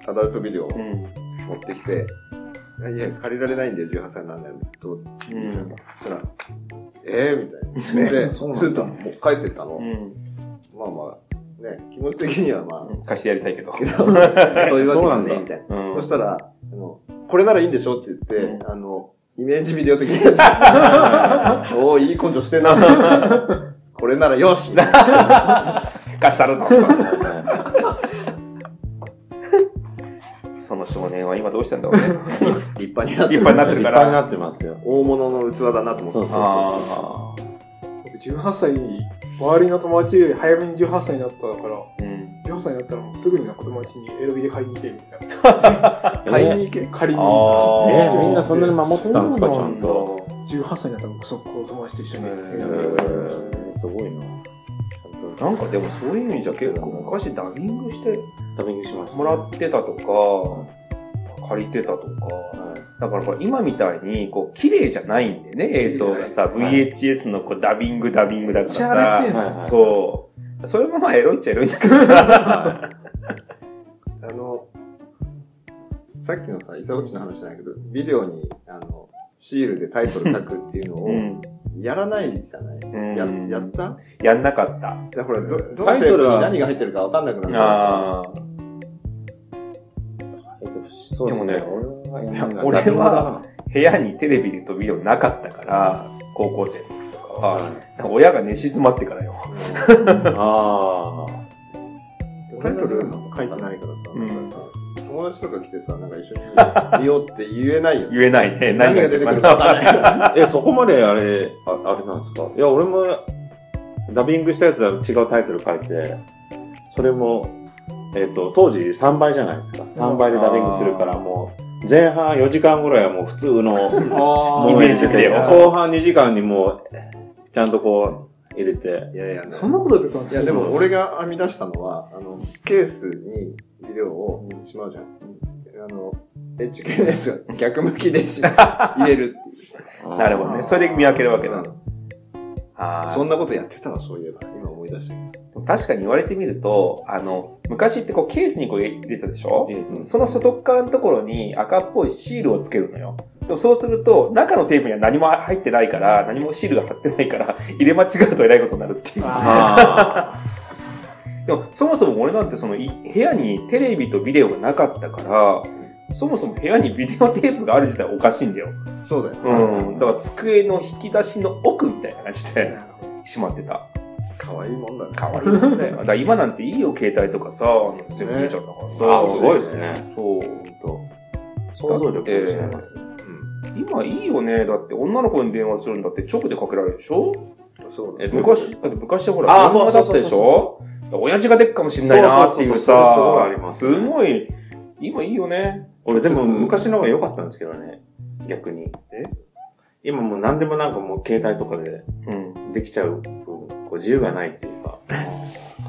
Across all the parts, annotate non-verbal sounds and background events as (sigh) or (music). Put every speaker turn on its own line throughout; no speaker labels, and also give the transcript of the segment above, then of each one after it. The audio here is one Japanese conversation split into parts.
アダルトビデオを
うん。
持ってきて、いやいや、借りられないんだよ、18歳なんだよ、どう
うん。
そしたら、えー、みたいな。で、スーともう帰ってったの。
うん。
まあまあ、ね、気持ち的にはまあ、
貸してやりたいけど。
けど、 (laughs) そういうわけ
そう
な
なんん
ね、
だ
みたいな。
うん
そしたら、あの、これならいいんでしょって言って、
う
あの、イメージビデオ的なやつ。おー、いい根性してんな。 (laughs) これならよしみたいな
貸したるぞ。その少年は今どうしたんだろうね。
立派になっ
立
て、
派になって
立派
るか
にな
ら。
ってますよ。
大物の器だなと思って。
そうそう
あ
僕18歳に、周りの友達より早めに18歳になったから、
あ。うん。
18歳になったらもうすぐになんか友達にエロビで買いに行けみたいな。
買いに行け。
仮に。
あー
え
ー
みんなそんなに守ってたんですか、ち
そう
ゃ
なん
ん
だ
と。
18歳になったら僕速攻友達と一緒に
へ
へ
ー
ーすごいな。ちゃんと
なんかでもそういう意味じゃ結構昔ダビングして
ダビングしました。
もらってたとか、借りてたとか、
はい
だからこれ今みたいに、こう、綺麗じゃないんでね、映像がさ、
綺麗じゃない
VHS のこうダビングダビングだから
めっちゃ荒く
さ、
ね
はいはい。
そう。それもまあエロいっちゃエロいんだけ
(laughs)
どさ。
あの、さっきのさ、イサゴチの話じゃないけど、ビデオに、あの、シールでタイトル書くっていうのを
う、ん。
やらないじゃない、
うん
ややった
やんなかった。
いや、ほら、ど、ど
タイトルは
のテープに何が入ってるかわかんなくなるから
ああ。
そうですね。
で
俺はやん
い
な
や
いな、
俺
ダ
は
ビングだな
部屋にテレビで飛びようなかったから、高校生の時
はい。
なんか親が寝静まってからよ。
あ (laughs)
タイトル書いてないからさ、なんかさ友達とか来てさ、なんか一緒に見ようって言えないよね。
言えないね。
何が出てくるか分かんない。
あ。え、そこまであれ、ああれなんですかいや、俺も、ダビングしたやつは違うタイトル書いて、それも、えっ、と、当時3倍じゃないですか。3倍でダビングするから、もう、前半4時間ぐらいはもう普通 (laughs) の、
あ
イメージビデオ
後半2時間にもう、ちゃんとこう、入れて。
いやいや、
そんなことだったんで
い
す
や、
か
でも俺が編み出したのは、あの、ケースにビデオをしまうじゃん。あの、HK のやつが逆向きでし入れるっていう。
なるほ
(laughs)
どね。それで見分けるわけだ。 (laughs) あ
そんなことやってたわ、そういえば。今思い出したけど。
ー確かに言われてみると、あの、昔ってこうケースにこう入れたでしょ
入 (laughs) れてます
その外側のところに赤っぽいシールをつけるのよ。でもそうすると、中のテープには何も入ってないから、何もシールが貼ってないから、入れ間違うとえらいことになるっていう。
あ
でもそもそも俺なんてそのい部屋にテレビとビデオがなかったから、そもそも部屋にビデオテープがある自体おかしいんだよ。
そうだよ。
うん。だから机の引き出しの奥みたいな感じで (laughs) しまって (laughs) た。
可愛いもんだね。
可愛いもんね。だから今なんていいよ、携帯とかさ、全部見れちゃったからさ。
あ、すごいですね。
そう。
想像力を失いますね。
今いいよね。だって女の子に電話するんだって直でかけられるでしょ
そうだ
え
ね。
昔、だって昔はほ
あ
ら、
ーそう
女だったでしょだから親父がでっかもしんないなってい
そう
うさ、
そうそうそうそれすごいありますね
すごい、今いいよね。
俺でも
直接
昔の方が良かったんですけどね。逆に。
え
今もう何でもなんかもう携帯とかで
うん。
できちゃう分、こう自由がないっていうか、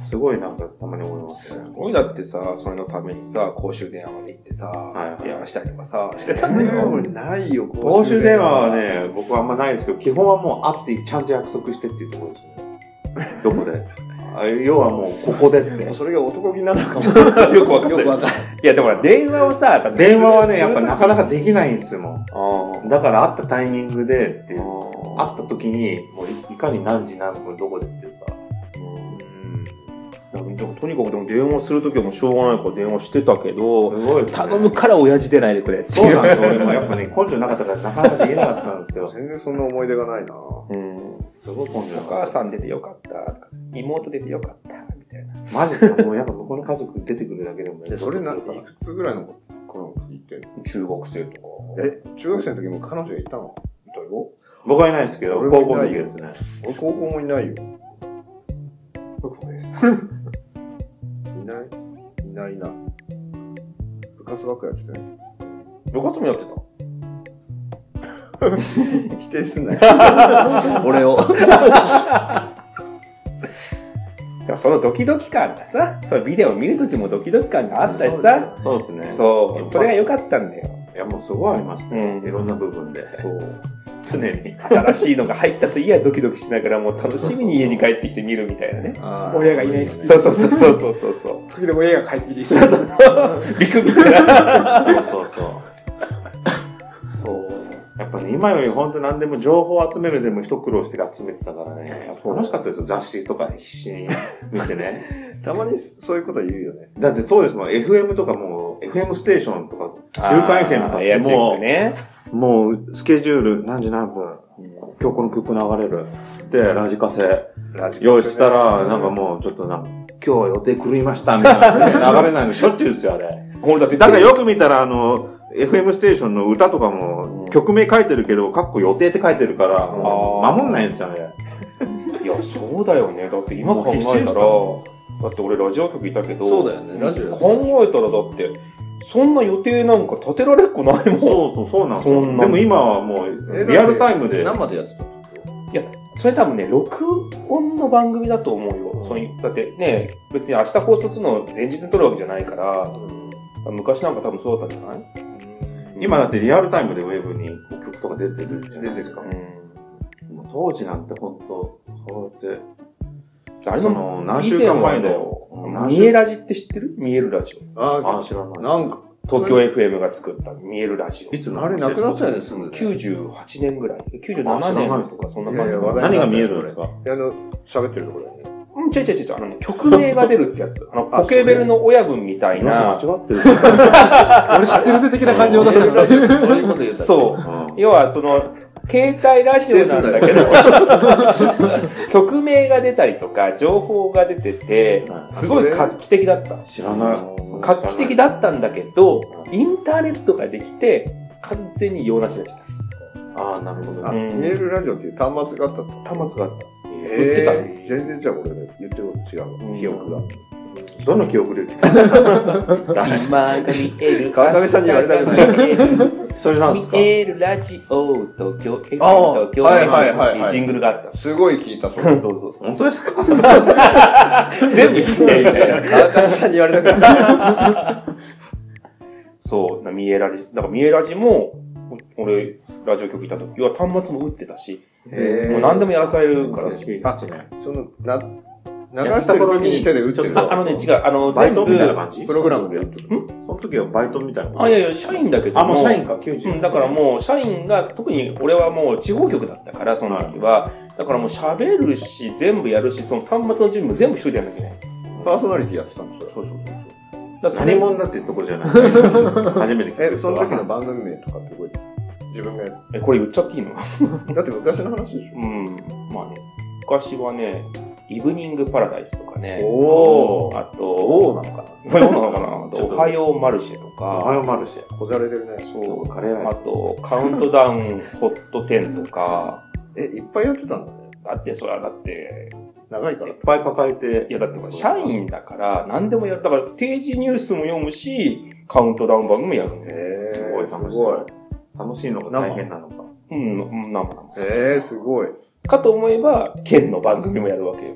すごいなんかたまに思います
す
ね。
ごいだってさ、それのためにさ、公衆電話まで行ってさ、
はい
電話したりとかさ、してたんだよ。
俺ないよ、
公衆電話はね、僕はあんまないですけど、基本はもう会ってちゃんと約束してっていうところですね。どこであ要はもうここでって
(laughs) もう。それが男気なのかも。
よくわかんない
よくわかんない
いや、でもほら電話をさ、
電話はね、
す
や
る
っぱなかなかできないんですよ、も
あー
う。だから会ったタイミングでっていう。
あ
会った時に、もういいかに何時何分どこでっていうか。
ー、うんでもとにかくでも電話するときはもうしょうがないから電話してたけど、
すごいですね。
頼むから親父出ないでくれって
そう
いう。
なんですよ。俺もやっぱね、根性なかったからなかなかできなかったんですよ。
全然そんな思い出がないな
うん、お
すごい根性なか
母
っ
さん出てよかったとか、妹出てよかったみたいな。
た。マジですかもうやっぱ向こうの家族出てくるだけでもね。
それな、
ち
い
ょっとするか
くつぐらいの頃言ってんの
中学生とか。
え、中学生の時も彼女がいたの
みたいよ。
ら僕はいないですけど、
俺もい
高
ない
校の時ですね。
俺高校もいないよ。
僕もです。
いないいないな。部活ばっかやってたね。
部活もやってた。
(laughs) 否定すんなよ。 (laughs) 俺を。
だからそのドキドキ感がさ、そのビデオ見るときもドキドキ感があったしさ、
そうですね。
そうう、
ですね
それが良かったんだよ。
いや、もうすごいありました
う
ね。
ん
いろんな部分で。
そう。
常に。
新しいのが入ったといやドキドキしながらもう楽しみに家に帰ってきて見るみたいな
(laughs)
ね。
親がいないし
そうそうそうそうそうそうそう。
時々親が帰ってきて、
そうそう。ビクビクな。
そうそうそう。
そう。
やっぱね、今より本当何でも情報を集めるでも一苦労して集めてたからね。やっぱ楽しかったですよ。雑誌とか必死に見てね。
たまにそういうこと言うよね。
だってそうですもん、FM とかもう、FM ステーションとか、週刊 FM とか
あーエ
っ
アチ
て
ェッ
も
クね。
う、もう、スケジュール何時何分、今日この曲流れる。で、ラジカセ
ラジカセね
用意したら、なんかもう、ちょっとなんか、今日は予定狂いました、みたいな、ね。流れないのしょっちゅうですよ、あれ。
俺だって、
だからよく見たら、あの、FM ステーションの歌とかも、曲名書いてるけど、かっこ予定って書いてるから、もう
あー
守んないんですよね。
いや、そうだよね。だって今考えたら、だって俺ラジオ局いたけど、
そうだよねラジオやってた
考えたらだって、そんな予定なんか立てられっこないもん。
そうそう、そうなんですよ。
そんな
でも今はもう、リアルタイムで。
生でやってた
いや、それ多分ね、録音の番組だと思うよ。そういうだってね、別に明日放送するのを前日に撮るわけじゃないから、昔なんか多分そうだったんじゃない
今だってリアルタイムでウェブにこう曲とか出てるじゃない
出て
です
る
か
か。
もう当時なんて本当そうやって、
あれ
そ
の、
の、何週間前だよ。
見え
ら
ラジって知ってる見えるラジオ。
あ
あ、知らない。
なんか、
東京 FM が作った見えるラジオ。
いつの
あれなくなったよね、
い
住んでて。
98年ぐらい。
あ知らない
97年とかそんな感
い
じ
やいや話題
何が見えるんですか
あの、喋ってるとこだよね。
うん、違う違う違う。あのね、曲名が出るってやつ。あの、
あ
ポケベルの親分みたいな。
皆さん間違ってる。
俺知ってるぜ的な感じを出
そう
(laughs)
したんですよ。
いうこと言うたら
そう。要は、その、携帯ラジオなんだけ
(laughs)
ど、曲名が出たりとか、情報が出てて、すごい画期的だった。
知らない。
画期的だったんだけど、インターネットができて、完全に用なしになっちゃっ
ああ、なるほど
あ
な。
うん
メールラジオっていう端末があったって。
た。端末があった。売って
え
た
え全然じゃあ俺ね、言ってること違う
うん
わ記憶が。
どの記憶で言ってた (laughs)
今が見える。
川上さんに言われたくない
ない。
それなんですか
見えるラジオ、東京 FM、東
あー
京 FM
はいはい
っ
はい
ていう
はい
ジングルがあった。
すごい聞いた、そ
そ
(laughs)
う
れ。
そうそうそう
(laughs) 本。当ですか
全部否定みたいな。
川上さんに言われたくない。
そう、な見えられ、だから見えラジも、お俺、ラジオ局いた時は端末も打ってたし、
え
もう何でもやらされるから好き。
あ、その、な、流してる時に手で打ってる
ちょっ
ああのね、違う、あの、
バイ
全
ト
部、
みたいな感じ
プログラムでやって
る。んその時はバイトみたいな。
あ、いやいや、社員だけど
あ、もう社員か、90。
うん、だからもう、社員が、特に俺はもう地方局だったから、その時は、だからもう喋るし、全部やるし、その端末の準備も全部一人でやんなきゃいけない。
パーソナリティやってたんですよ。
そうそうそうそう。
だからそれ
何者だってとこじゃない。初めて聞いた
え、その時の番組名とかって覚えてる自分がや
え、これ言っちゃっていいの
るだって昔の話でし
うん、まあね。昔はね、イブニングパラダイスとかね、
ょ。ー。
あ
おー
と、
なのかな
どうなのかなあと
ちょっと
おはようマルシェと
あおは
か、
ようマルシェ。
こじゃれてるね。
そう
カレーラ
あ
イス。
と、カウントダウンホット10とか、
え、いっぱいやってたんだね。
だってそれはだって、
長いか
いっ
ら。
ぱい抱えて。
いやだって社員だから何でもやる。だから定時ニュースも読むし、カウントダウン番組もやるの。
え
す
ー、
ごい楽し
す
そ。。
ごいう
楽しいのが大変なのか。
うん、うん、なんもなんも。
えー、すごい。
かと思えば、県の番組もやるわけよ。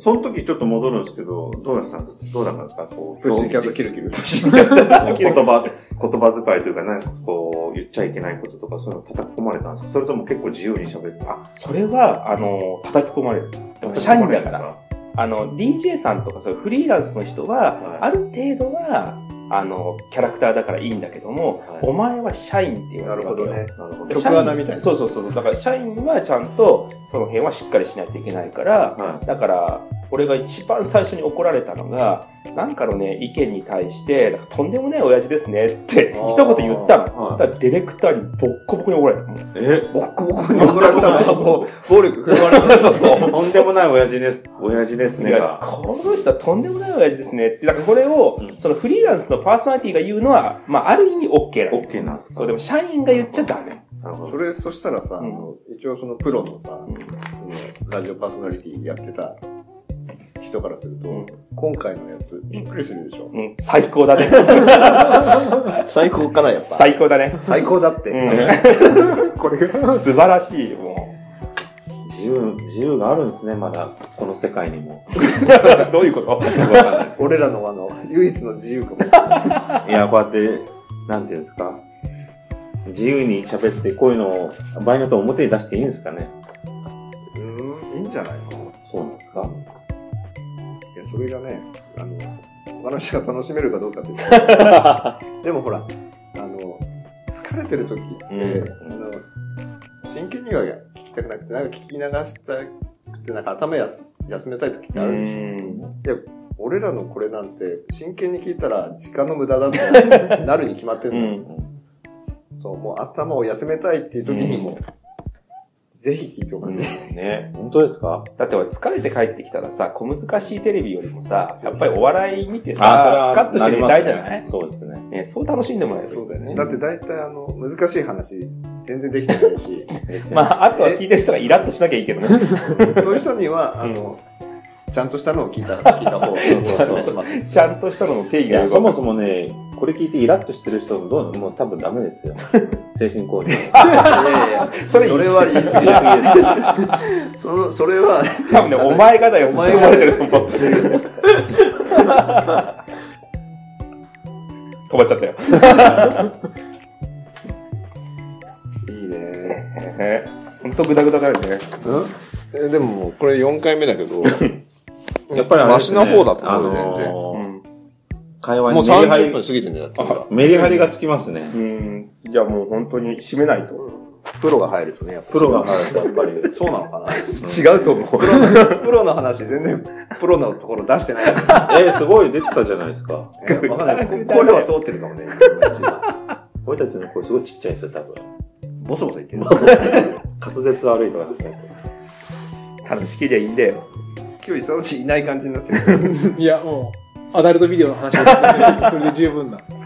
その時ちょっと戻るんですけど、どうやったんですかどうだったんですかこう、
プッシーキャットキルキル。
言葉、言葉遣いというか、なんかこう、言っちゃいけないこととか、そういうの叩き込まれたんですかそれとも結構自由に喋って、あ、
それは、あの、叩き込まれる。社員だから。。あの、DJ さんとかそういうフリーランスの人は、
はい
ある程度は、あの、キャラクターだからいいんだけども、
はい
お前は社員って言
な
わ
る
れる
ほ
わけ
ど
よ。
ね。
なるほ
で
ど。
曲穴みたいな
社員そうそうそう。だから社員はちゃんと、その辺はしっかりしないといけないから、
は
だから、俺が一番最初に怒られたのが、なんかのね、意見に対して、なんかとんでもない親父ですねって、
あー
一言言ったの。
はい
だからディレクターにボッコボコに怒られた。
(laughs)
もう
い。え、
ボッコボコに怒られたら、もう、暴力振るわれる。 (laughs)
そうそう。
とんでもない親父です。親父です
い
ね
や
が。
この人はとんでもない親父ですねって、だからこれを、
うん
そのフリーランスのパーソナリティが言うのは、まあ、ある意味 OK なの。
OK なんですか
そう、でも社員が言っちゃダメ。
なるほ
そ
ど。
れ、そしたらさ、あ
うん
の一応そのプロのさ、
うん
ラジオパーソナリティやってた人からすると、
うん
今回のやつ、びっくりするでしょ。
うん、最高だね。
最高かな、やっぱ。
最高だね。
最高だって。
これが。
素晴らしい、も
自由、自由があるんですね、まだ。この世界にも。
う。 (laughs) どういうこと
わかんないですけど
俺らのあの、唯一の自由かも。
いや、こうやって、なんていうんですか。自由に喋って、こういうのを、場合によっては表に出していいんですかね。
うーん、いいんじゃないの
そうなんですか。
いや、それがね、あの、他の人が楽しめるかどうかっていう。 (laughs) でもほら、あの、疲れてる時って、
うん
あの、真剣には聞きたくなくて、なんか聞き流したくて、なんか頭やす休めたい時ってあるでしょ。俺らのこれなんて、真剣に聞いたら時間の無駄だ (laughs) ってなるに決まってるんだよ、そう、もう頭を休めたいっていう時にも、ぜひ聞いてほしい。
ね。
本当ですか
だって俺疲れて帰ってきたらさ、小難しいテレビよりもさ、やっぱりお笑い見て
あそれは
さ、スカッとして寝たいじゃない
なりますねそうですね。
ね、そう楽しんでもらえる。
そうだよね。だって大体あの、難しい話、全然できてない (laughs) し、
まあ、あとは聞いてる人がイラッとしなきゃいいけどね。
そういう人には、あの、ちゃんとしたのを聞いた、 (laughs) 聞いた方がおすすめします。
ちゃんとしたのの定義
い
が
や、
よく
そ
わか
も
る
そもね、これ聞いてイラッとしてる人もどう、もう多分ダメです (laughs) よ。精神構造。
いやいやそ
それ
れ
言い過
は言い過ぎです。その、それは、
多分ね、お前がだよ、
お
お
前
前
が
がれてると思 (laughs) う。止まっちゃったよ。
いいね。
ねほんとグダグダだよね。
え、でももう、これ4回目だけど、
やっぱり
マシな方だと
あ
思うよ全然
の
う
ー
ん。
会話
もう
にメリハ
30分
リ、
過ぎてんだよ。
メリハリがつきますね。
うん。じゃあもう本当に締めないと。
プロが入るとね、やっぱ
プロが入るとやっぱり。
そうなのかな
違うと思う。
(laughs) プロの話全然プロのところ出してない。
えー、すごい出てたじゃないですか。
えーわかんない。こ声は通ってるかもね。
俺たちの声すごいちっちゃいんですよ、多分。
ボソボソ言ってる。
滑舌悪いとかって。
楽しきりゃいいんだよ。
今日、勇しいない感じになってる。
いや、もう、アダルトビデオの話をしててそれで十分な。
(laughs)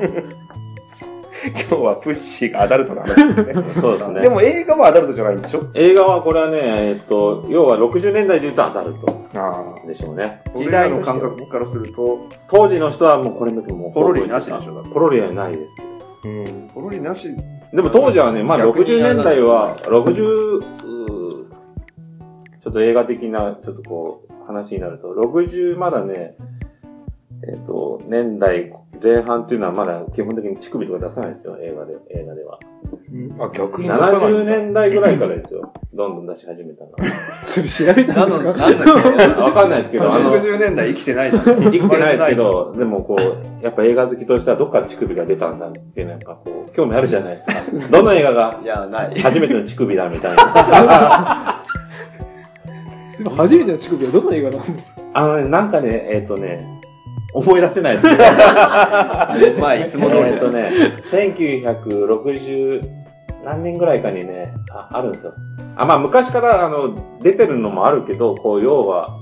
今日はプッシーがアダルトの話ですね。
そう (laughs) ですね。
でも映画はアダルトじゃないんでしょ
映画はこれはね、えっと、要は60年代で言うとアダルト
ああ。
でしょうね。
時代の感覚からすると、
当時の人はもうこれ見ても
ポロリなしでしょだって
ポロリはないです。
うん。
ポロリなし。
でも当時はね、まあ
逆に
60年代は、60、うーちょっと映画的な、ちょっとこう、話になると、60まだね、えっ、と、年代前半っていうのはまだ基本的に乳首とか出さないですよ、映画で、映画では。
あ、逆に出さない
70年代ぐらいからですよ、どんどん出し始めたのは。
それ調べたんです
な
か
んだ
(laughs) わかんないですけど、あの、
60年代生きてないじゃん。
生きてないですけど、でもこう、やっぱ映画好きとしてはどっから乳首が出たんだってなんかこう、興味あるじゃないですか。どの映画が
いや、ない。
初めての乳首だみたいな。
(laughs)
(laughs)
でも初めての乳首はどの映画なんですか
あのね、なんかね、えっ、とね、思い出せないですけど、
まあ、いつも通り
えっ
だ
と
よ。
ね、1960何年ぐらいかにね、ああるんですよ。あ、まあ昔からあの、出てるのもあるけど、こう、要は、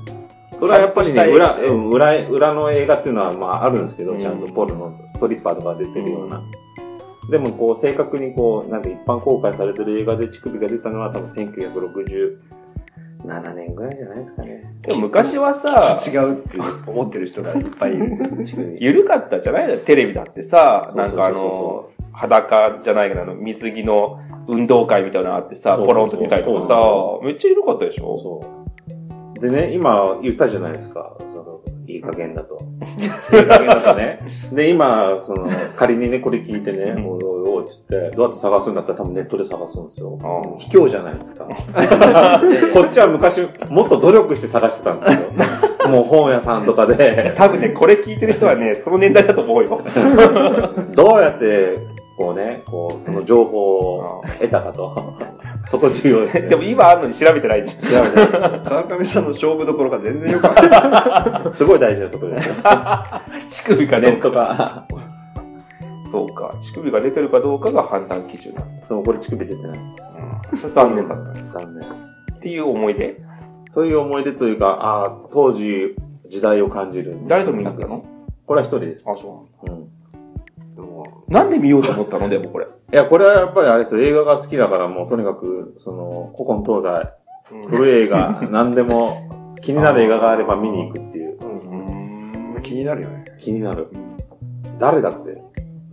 それはやっぱり
ちゃ
ね、
んとした
裏、うん裏、裏の映画っていうのはまああるんですけど、
うん
ちゃんとポルノ、ストリッパーとか出てるような。でもこう、正確にこう、なんて一般公開されてる映画で乳首が出たのは多分1967年ぐらいじゃないですかね。
でも昔はさ、
違うって思ってる人がいっぱいいる。
乳首
緩かったじゃないテレビだってさ、
そうそうそうそう
なんかあの、裸じゃないけど、あの、水着の運動会みたいなのあってさ、
そうそうそう
ポロンと見たりとかさ
そ、
めっちゃ緩かったでしょ
そう。でね、今言ったじゃないですか。そのいい加減
(laughs)
だと。いい加減だとね。で、今、その、仮にね、これ聞いてね、
うん
おいおいおいっつって、どうやって探すんだったら多分ネットで探すんですよ。
うん
卑怯じゃないですか。こっちは昔、もっと努力して探してたんですよ。
(laughs)
もう本屋さんとかで、
多分ね、これ聞いてる人はね、その年代だと思
(laughs)
うよ。
どうやって、こうね、こう、その情報を得たかと。そこ重要です、ね。
でも今あるのに調べて
(laughs)
ないんで
調べて
川上さんの勝負どころが全然よくわかんない。
すごい大事なところです
(laughs)
よ。
乳首が
ネ
ね
ッ、トが。
そうか、乳首が出てるかどうかが判断基準なんだ。
そう、これ乳首出てないです。
うんそれ残念だ (laughs) った。
残念。
っていう思い出。
という思い出というか、ああ、当時、時代を感じる。
誰と見に行ったの
これは一人です。
あ、そう
うん。
なんだなんで見ようと思ったのでもこれ。
いや、これはやっぱりあれですよ、映画が好きだからもうとにかく、その、古今東西、古い映
(laughs)
画、何でも、気になる映画があれば見に行くっていう。
うん
気になるよね。
気になる。誰だって。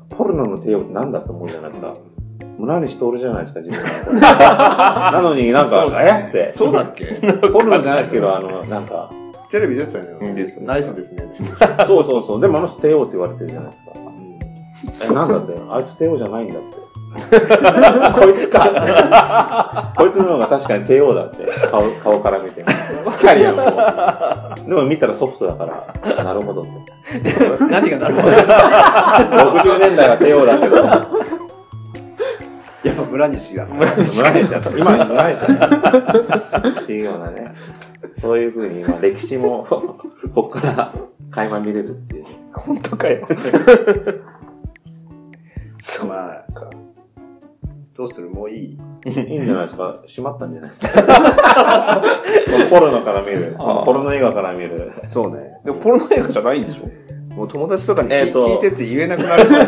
ポルノの帝王って何だって思うじゃないですか。村西徹じゃないですか、自
(laughs)
分は。なのになんか
そう、
えって。
そうだっけ
ポルノじゃないですけど、あの、なんか、
テレビ出てたよ
う
ね。
んです
ナイスですね。
そうそうそう。でもあの人帝王って言われてるじゃないですか。え、なんだって、あいつ帝王じゃないんだって。こいつか。こいつの方が確かに帝王だって。顔、顔から見て。キャリアも。でも見たらソフトだから、なるほどって。
何がなるほど。や
60年代は帝王だけど、
っぱ村西が。
村西だった。今、村西だった。っていうようなね。そういうふうに、今、歴史も、こっから、垣間見れるっていう。
本当かよ。 (laughs) そう
まあ、かどうするもういい
いいんじゃないですか閉まったんじゃないですか
(laughs)
ポルノから見る。
ああ
ポルノ映画から見る。
そうね。
でもポルノ映画じゃないんでしょ
もう友達とかに聞,、
えーと
聞いてって言えなくなるさ。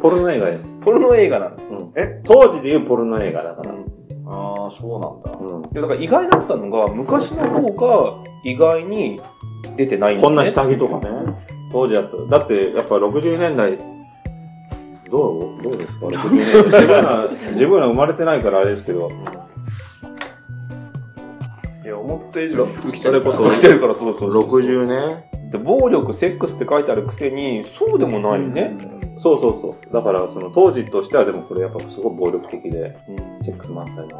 ポルノ映画です。
ポルノ映画なんだ。
うん、
え
当時で言うポルノ映画だから。
ああ、そうなんだ。
うん
いやだから意外だったのが、昔の方が意外に出てないんだ、ね。
こんな
(laughs)
下着とかね。当時だった。だって、やっぱ60年代、どうどうですか ?60 年代。自分ら、自分ら生まれてないからあれですけど、
いや、思った以上に服着て
それこそ
来てるからそうそうそうそう。
60年
で暴力、セックスって書いてあるくせに、そうでもないね。
そうそうそう。だから、その当時としてはでもこれやっぱすごい暴力的で、
うん
セックス満載の。
い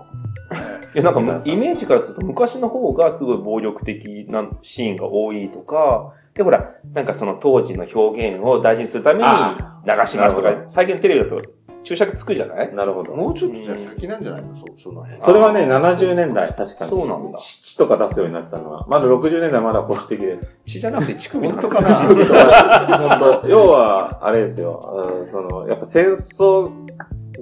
や、なんか、イメージからすると、昔の方がすごい暴力的なシーンが多いとか、で、ほら、なんかその当時の表現を大事にするために
あ
流しますと
なるほ
か、最近のテレビだと注釈つくじゃない
なるほど。
もうちょっとじゃ先なんじゃないのそその辺。
それはね、70年代、確かに。
そうなんだ
父とか出すようになったのは、まだ60年代まだ保守的
(laughs)
です。
血じゃなくて乳首の
本
話
当かな
本当要は、あれですよ、うんその、やっぱ戦争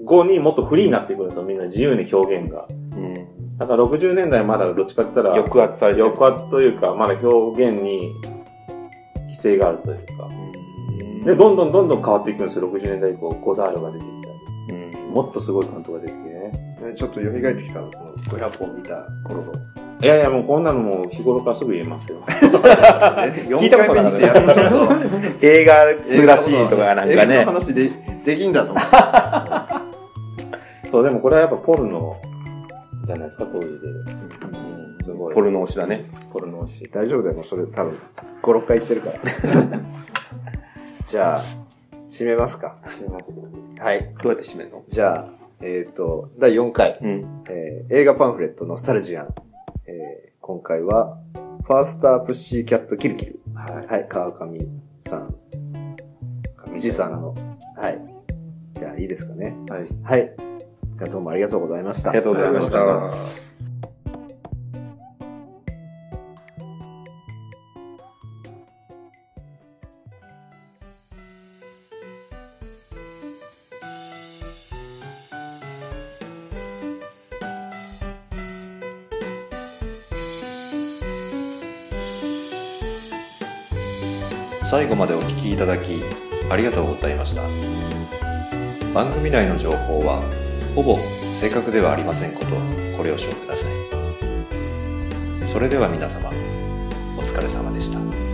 後にもっとフリーになってくるんですよ、みんな自由に表現が。
(laughs) うん。
だから60年代まだどっちかって言ったら、
抑圧されてる
抑圧というか、まだ表現に規制があるというか。で、どんどんどんどん変わっていくんですよ、60年代以降、ゴダールが出てきたり。
うん。
もっとすごい監督が出てきてね。
(laughs) ねちょっと蘇ってきたの、その、500本見た頃 (laughs) の。
いやいや、もうこんなのもう日頃からすぐ言えますよ。
聞
4
いたこ
回目
とな
(laughs)
い
にしてやるのちゃんと
映画すらしいとかなんか
映画
ね
の。話で、できんだと思
そう、でもこれはやっぱポルノじゃないですか、当時で。うん、すごい。
ポルノ推しだね。
ポルノ推し。
(laughs) 大丈夫だよ、もうそれ多分、5、6回言ってるから。 (laughs) じゃあ、締めますか。
すいません。
はい。
どうやって締めるの
じゃあ、えっ、と、第4回、
うん。
えー映画パンフレット、ノスタルジアン。えー今回は、ファースタープッシーキャットキルキル。はい。川上さん、じさんの。はい。じゃあ、いいですかね。
はい。
はい。じゃあ、どうもありがとうございました。
ありがとうございまし
ありがとうございま
た。
最後までお聞きいただきありがとうございました番組内の情報はほぼ正確ではありませんことご了承くださいそれでは皆様お疲れ様でした